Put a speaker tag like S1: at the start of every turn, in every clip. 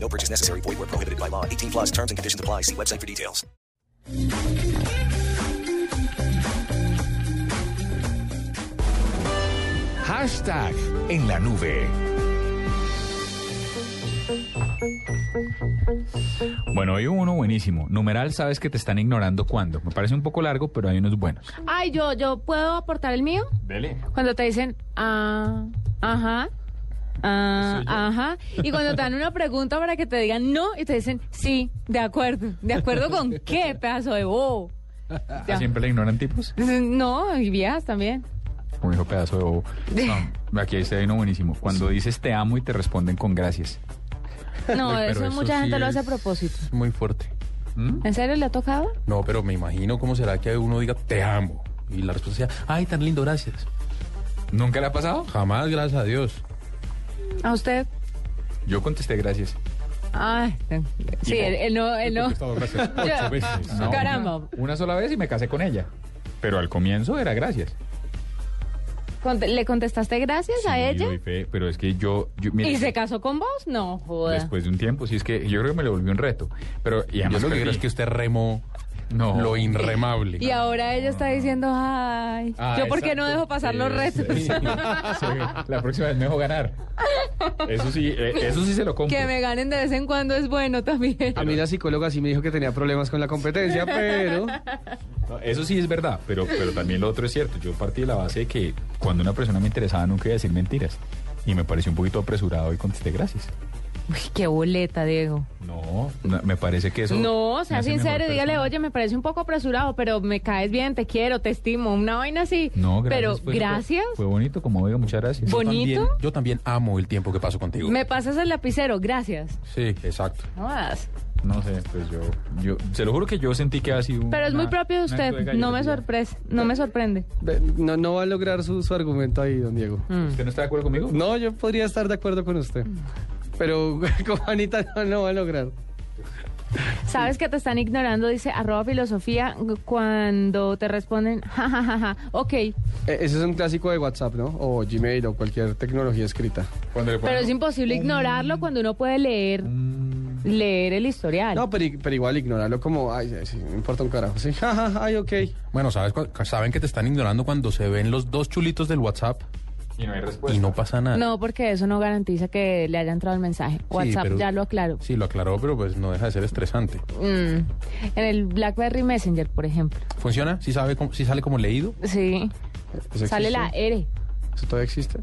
S1: No purchase necessary. Void where prohibited by law. 18 plus terms and conditions apply. See website for details.
S2: Hashtag en la nube.
S3: Bueno, hay uno buenísimo. Numeral, sabes que te están ignorando cuando. Me parece un poco largo, pero hay unos buenos.
S4: Ay, yo, yo puedo aportar el mío.
S3: Dele.
S4: Cuando te dicen, ah, ajá, ah, ajá. Y cuando te dan una pregunta para que te digan no y te dicen, sí, de acuerdo. ¿De acuerdo con qué, pedazo de bobo? Ya.
S3: Siempre la ignoran tipos.
S4: No, y viejas también.
S3: Como dijo pedazo de bobo. No, aquí hay uno buenísimo. Cuando dices te amo y te responden con gracias.
S4: No,
S5: Uy, pero
S4: eso,
S5: eso
S4: mucha
S5: sí
S4: gente lo hace a
S5: es- ¿Mm?
S4: propósito.
S5: Muy fuerte.
S4: ¿En serio le ha tocado?
S5: No, pero me imagino cómo será que uno diga te amo. Y la respuesta sea, ay, tan lindo, gracias.
S3: ¿Nunca le ha pasado?
S5: Jamás, gracias a Dios.
S4: ¿A usted?
S3: Yo contesté gracias.
S4: Ay, sí, él, él no, él no.
S5: gracias
S4: Yo-
S3: Pues, No,
S4: Caramba.
S3: Una, una sola vez y me casé con ella. Pero al comienzo era gracias.
S4: Cont- ¿Le contestaste gracias a
S3: Y
S4: ella?
S3: doy fe, pero es que yo... yo- mire,
S4: ¿Y se casó con vos? No, joda.
S3: Después de un tiempo, sí, es que yo creo que me lo volvió un reto. Pero, y
S5: Yo
S3: además
S5: lo que creo
S3: perdí.
S5: es que usted remó
S3: No.
S5: lo inremable.
S4: Y ahora ella está diciendo, ay,
S5: Ah,
S4: yo por qué no
S5: exacto.
S4: dejo pasar los
S5: Sí,
S4: retos.
S5: sí.
S3: Sí, la próxima vez me dejo ganar. Eso sí, eh, eso sí Ah, se lo compro.
S4: Que me ganen de vez en cuando es bueno también.
S6: A mí la psicóloga sí me dijo que tenía problemas con la competencia, pero
S3: No, Eso sí es verdad, pero, pero también lo otro es cierto. Yo partí de la base de que cuando una persona me interesaba nunca iba a decir mentiras. Y me pareció un poquito apresurado y contesté gracias.
S4: Uy, qué boleta, Diego.
S3: No, no, me parece que eso...
S4: No,
S3: me
S4: sea
S3: hace mejor
S4: sincero y dígale,
S3: persona.
S4: oye, me parece un poco apresurado, pero me caes bien, te quiero, te estimo, una vaina así.
S3: No, gracias. pues,
S4: Pero
S3: fue-
S4: gracias,
S3: Fue, bonito, como digo, muchas gracias.
S4: Boni-
S5: También-
S4: ¿Bonito?
S5: yo también amo el tiempo que paso contigo.
S4: me pasas el lapicero, gracias.
S5: Sí, exacto.
S4: No jodas.
S3: No sé, pues yo, yo... Se lo juro que yo sentí que ha sido un...
S4: Pero es muy
S3: una-
S4: propio de
S3: un acto
S4: usted,
S3: de
S4: no me
S3: gallardía.
S4: sorprende, no me sorprende.
S6: ve, no, no va a lograr su, su argumento ahí, don Diego.
S4: Mm.
S3: ¿Usted no está de acuerdo conmigo?
S6: No, yo podría estar de acuerdo con usted. Pero con Anita no, no va a lograr.
S4: Sabes que te están ignorando, dice arroba filosofía, cuando te responden, ja, ja, ja, ja, ok.
S6: E- Ese es un clásico de WhatsApp, ¿no? O Gmail o cualquier tecnología escrita.
S3: Cuando le
S4: Pero
S3: ponemos-
S4: es imposible ignorarlo cuando uno puede leer, leer el historial.
S6: No, pero, i- pero igual ignorarlo como, ay, ay, sí, me importa un carajo. Sí, ja, ja, ay, ok.
S5: Bueno, ¿sabes cu- saben que te están ignorando cuando se ven los dos chulitos del WhatsApp
S3: Y no hay respuesta.
S5: y no pasa nada.
S4: No, porque eso no garantiza que le haya entrado el mensaje.
S5: pues, Sí,
S4: WhatsApp
S5: pero-
S4: ya lo aclaró.
S5: Sí, lo aclaró, pero pues no deja de ser estresante.
S4: Mm. En el BlackBerry Messenger, por ejemplo.
S5: ¿Funciona? ¿Sí, sabe cómo- sí sale como leído?
S4: Sí.
S6: Eso
S4: Sale
S6: Pues existe.
S4: la R.
S6: Eso todavía existe.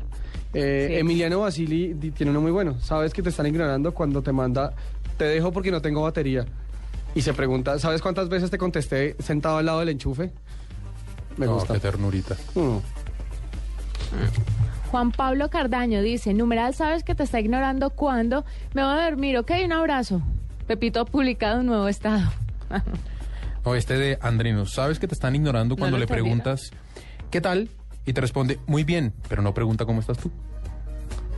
S6: Eh,
S4: Sí.
S6: Emiliano Basili di- tiene uno muy bueno. Sabes que te están ignorando cuando te manda, te dejo porque no tengo batería. Y se pregunta, ¿sabes cuántas veces te contesté sentado al lado del enchufe? Me
S5: No,
S6: gusta.
S5: qué ternurita.
S6: Mm.
S4: Juan Pablo Cardaño dice, numeral, sabes que te está ignorando cuando me voy a dormir. Ok, un abrazo. Pepito ha publicado un nuevo estado.
S5: No, este de Andrino. ¿Sabes que te están ignorando
S4: No
S5: cuando
S4: lo
S5: le
S4: termino.
S5: preguntas qué tal? Y te responde muy bien, pero no pregunta cómo estás tú.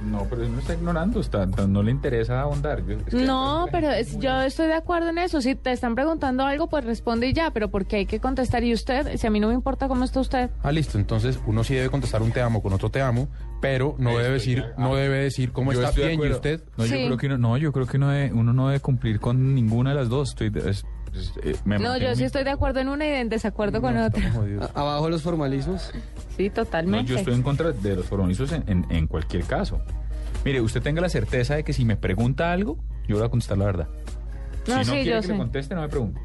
S3: No, pero él no está ignorando, está, no, no le interesa ahondar. Yo- es que pues,
S4: No,
S3: la
S4: pero
S3: gente
S4: es-
S3: muy-
S4: yo estoy de acuerdo en eso. Si te están preguntando algo, pues responde y ya, pero porque hay que contestar. Y usted, si a mí no me importa cómo está usted.
S5: Ah, listo. Entonces uno sí debe contestar un te amo con otro te amo, pero no
S3: Listo,
S5: debe decir,
S3: ya. Ah.
S5: no debe decir cómo
S3: Yo
S5: está
S3: estoy de
S5: bien y
S3: acuerdo.
S5: usted.
S3: No,
S4: Sí.
S3: yo creo que uno, no, yo creo que uno, debe- uno no debe cumplir con ninguna de las dos. Estoy de- es- es- eh, me
S4: No,
S3: mantengo
S4: yo sí
S3: mi-
S4: estoy de acuerdo en una y en desacuerdo con
S5: No,
S4: otra.
S5: estamos
S3: Oh,
S5: jodidos.
S6: A- Abajo los formalismos.
S4: Sí,
S3: No,
S4: totalmente.
S3: yo estoy en contra de los compromisos en, en- en cualquier caso. Mire, usted tenga la certeza de que si me pregunta algo, yo voy a contestar la verdad. si
S4: No,
S3: no
S4: sí,
S3: quiere
S4: yo
S3: que
S4: sé.
S3: le conteste, no me pregunte.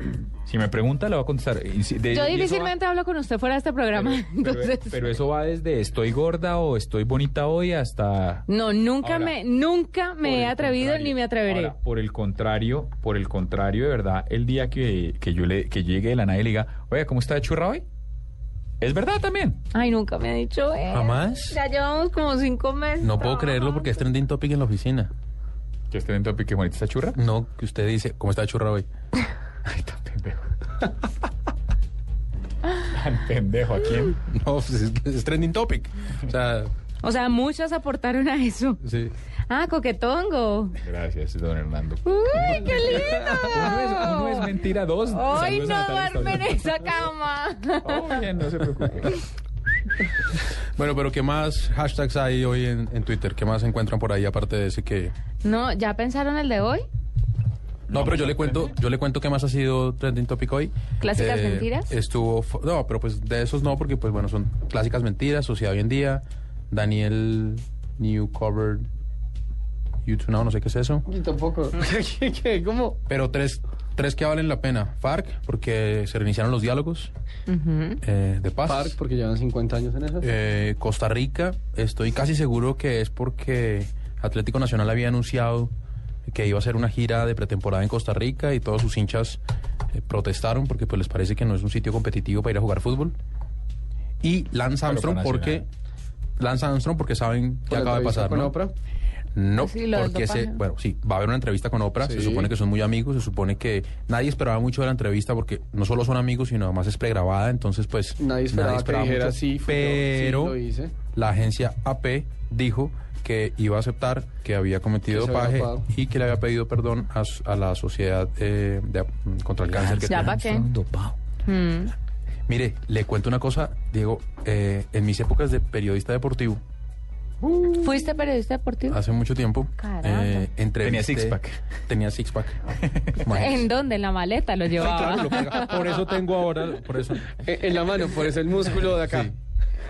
S3: Si me pregunta, la voy a contestar. Y si- de- y eso
S4: Yo
S3: va-
S4: difícilmente hablo con usted fuera de este
S3: pero-
S4: programa.
S3: pero-
S4: entonces,
S3: pero eso va desde estoy gorda o estoy bonita hoy hasta
S4: no, nunca
S3: Ahora,
S4: me, nunca
S3: Por
S4: me he
S3: el
S4: atrevido
S3: contrario.
S4: ni me atreveré.
S3: Ahora, por el contrario, por el contrario, de verdad, el día que, que yo le, que llegue de la nada y le diga, oye, ¿cómo está de churra hoy? Es verdad también.
S4: Ay, nunca me ha dicho eso.
S5: ¿Jamás?
S4: Ya llevamos como cinco meses.
S5: No puedo creerlo porque es trending topic en la oficina.
S3: Que esté dentro de pique bonita esta churra.
S5: No, que usted dice, ¿cómo está churra hoy?
S3: Ay, tan pendejo. Al pendejo, ¿a quién?
S5: No, pues es, es trending topic. O sea,
S4: O sea, muchos aportaron a eso.
S5: sí.
S4: Ah, coquetongo.
S3: Gracias, don Hernando.
S4: ¡Uy, qué lindo!
S3: Uno es, uno es mentira, dos.
S4: Hoy
S3: saludos a
S4: no
S3: Natalia
S4: duerme en
S3: Estabilo.
S4: esa cama.
S3: Oh, bien, no se preocupe.
S5: Bueno, pero ¿qué más hashtags hay hoy en, en Twitter? ¿Qué más encuentran por ahí aparte de ese que...
S4: No, ¿ya pensaron el de hoy?
S5: No, pero yo le cuento, yo le cuento qué más ha sido trending topic hoy. Eh,
S4: ¿Clásicas mentiras?
S5: Estuvo, fo- no, pero pues de esos no, porque pues bueno, son clásicas mentiras, sociedad hoy en día, Daniel New Cover, YouTube Now, no sé qué es eso.
S6: Yo tampoco. ¿Qué, qué, ¿Cómo?
S5: Pero tres, tres que valen la pena. FARC, porque se reiniciaron los diálogos eh, de paz.
S6: Park, porque llevan 50 años en eso.
S5: Eh, Costa Rica, estoy casi seguro que es porque Atlético Nacional había anunciado que iba a hacer una gira de pretemporada en Costa Rica y todos sus hinchas eh, protestaron porque pues les parece que no es un sitio competitivo para ir a jugar fútbol. Y Lance
S3: Pero
S5: Armstrong
S3: para
S5: porque Lance Armstrong porque saben qué
S6: Por la
S5: acaba de
S6: entrevista
S5: pasar,
S6: con
S5: ¿no?
S6: Oprah.
S5: No,
S4: Sí, lo del
S5: porque se,
S4: dopaje.
S5: bueno, sí, va a haber una entrevista con Oprah, se
S6: Sí.
S5: supone que son muy amigos, se supone que nadie esperaba mucho de la entrevista porque no solo son amigos, sino además es pregrabada, entonces pues
S6: Nadie esperaba, que dijera
S5: mucho,
S6: sí, fui yo,
S5: pero
S6: sí, lo hice.
S5: la agencia AP dijo que iba a aceptar que había cometido
S6: Que se había
S5: dopaje
S6: dopado.
S5: y que le había pedido perdón a, su- a la sociedad eh, de- contra el cáncer. que
S4: Ya
S5: tiene.
S4: pa' qué.
S3: Dopado.
S4: Mm.
S5: Mire, le cuento una cosa, Diego, eh, en mis épocas de periodista deportivo,
S3: Uh.
S4: ¿Fuiste periodista deportivo?
S5: hace mucho tiempo, eh,
S4: Caramba.
S3: Tenía
S5: entrevisté-
S3: six-pack.
S5: Tenía six-pack. Imagínese.
S4: ¿En dónde? En la maleta lo
S5: Ay, claro que
S4: llevaba.
S5: lo carga. Por eso tengo ahora, por eso.
S6: En, en la mano, por eso el músculo de acá.
S5: Sí.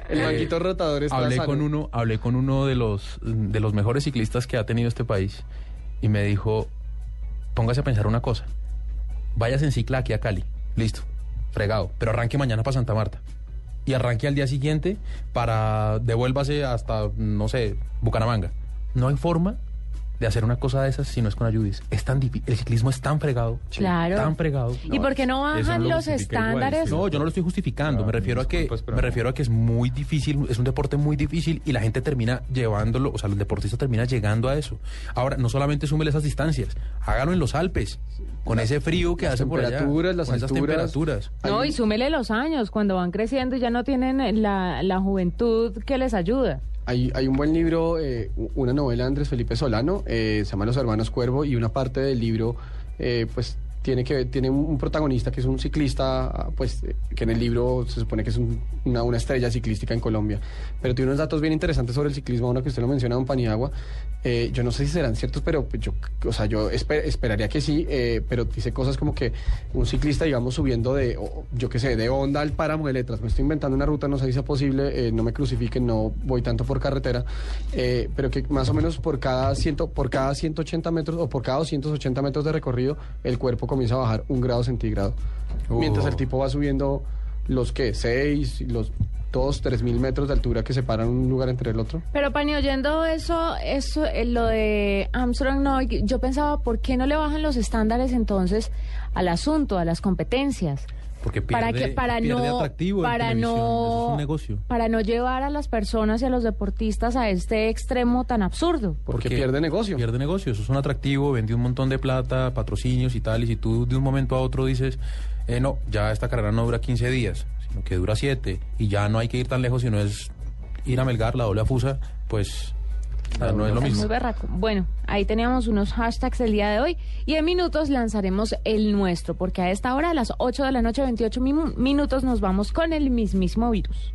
S6: El
S5: Eh,
S6: manguito rotador está
S5: Hablé
S6: sano.
S5: con uno, hablé con uno de los de los mejores ciclistas que ha tenido este país y me dijo, póngase a pensar una cosa. Vayas en cicla aquí a Cali, listo, fregado, pero arranque mañana para Santa Marta. Y arranque al día siguiente para devuélvase hasta, no sé, Bucaramanga. No hay forma de hacer una cosa de esas si no es con ayudis. Es tan difí- el ciclismo es tan fregado,
S4: Claro.
S5: tan fregado.
S4: ¿Y por qué no
S3: eso
S4: bajan
S3: no lo
S4: los
S3: justifica igual,
S4: estándares?
S6: Pues,
S3: sí.
S5: No, yo no lo estoy justificando.
S3: Ah,
S5: me refiero a que
S3: disculpas, pero
S5: me
S3: no.
S5: refiero a que es muy difícil, es un deporte muy difícil y la gente termina llevándolo, o sea, los deportistas terminan llegando a eso. Ahora, no solamente súmele esas distancias, hágalo en los Alpes, con ese frío que hace por allá,
S6: temperaturas, las
S5: con esas
S6: alturas.
S5: temperaturas.
S4: No, y súmele los años, cuando van creciendo ya no tienen eh, la, la juventud que les ayuda.
S6: Hay, hay un buen libro, eh, u- una novela de Andrés Felipe Solano, eh, se llama Los Hermanos Cuervo, y una parte del libro, eh, pues, tiene que ver- tiene un un protagonista que es un ciclista, ah, pues, eh, que en el libro se supone que es un- una, una estrella ciclística en Colombia. Pero tiene unos datos bien interesantes sobre el ciclismo, uno que usted lo menciona, don Paniagua. Eh, yo no sé si serán ciertos, pero pues, yo, o sea, yo esper- esperaría que sí, eh, pero dice cosas como que un ciclista, digamos, subiendo de, o- yo qué sé, de onda al páramo de letras. Me estoy inventando una ruta, no sé si sea posible, eh, no me crucifiquen, no voy tanto por carretera, eh, pero que más o menos por cada, ciento, por cada 180 metros o por cada 280 metros de recorrido, el cuerpo comienza a bajar un grado centígrado.
S5: Oh.
S6: Mientras el tipo va subiendo los que, 6, los 2, 3 mil metros de altura que separan un lugar entre el otro.
S4: Pero Pani, oyendo eso, eso eh, lo de Armstrong, no, yo pensaba, ¿por qué no le bajan los estándares entonces al asunto, a las competencias?
S5: Porque pierde,
S4: para que para
S5: pierde
S4: no
S5: atractivo en
S4: para
S5: televisión, eso
S4: no
S5: es un negocio.
S4: para no llevar a las personas y a los deportistas a este extremo tan absurdo.
S6: Porque pierde negocio.
S5: Pierde negocio, eso es un atractivo, vende un montón de plata, patrocinios y tal, y si tú de un momento a otro dices, eh, no, ya esta carrera no dura 15 días, sino que dura 7, y ya no hay que ir tan lejos, sino es ir a Melgar, la doble a Fusa, pues ah, no es lo
S4: Es
S5: mismo.
S4: muy berraco. Bueno, ahí teníamos unos hashtags el día de hoy y en minutos lanzaremos el nuestro, porque a esta hora, a las 8 de la noche, 28 minu- minutos, nos vamos con el mismísimo virus.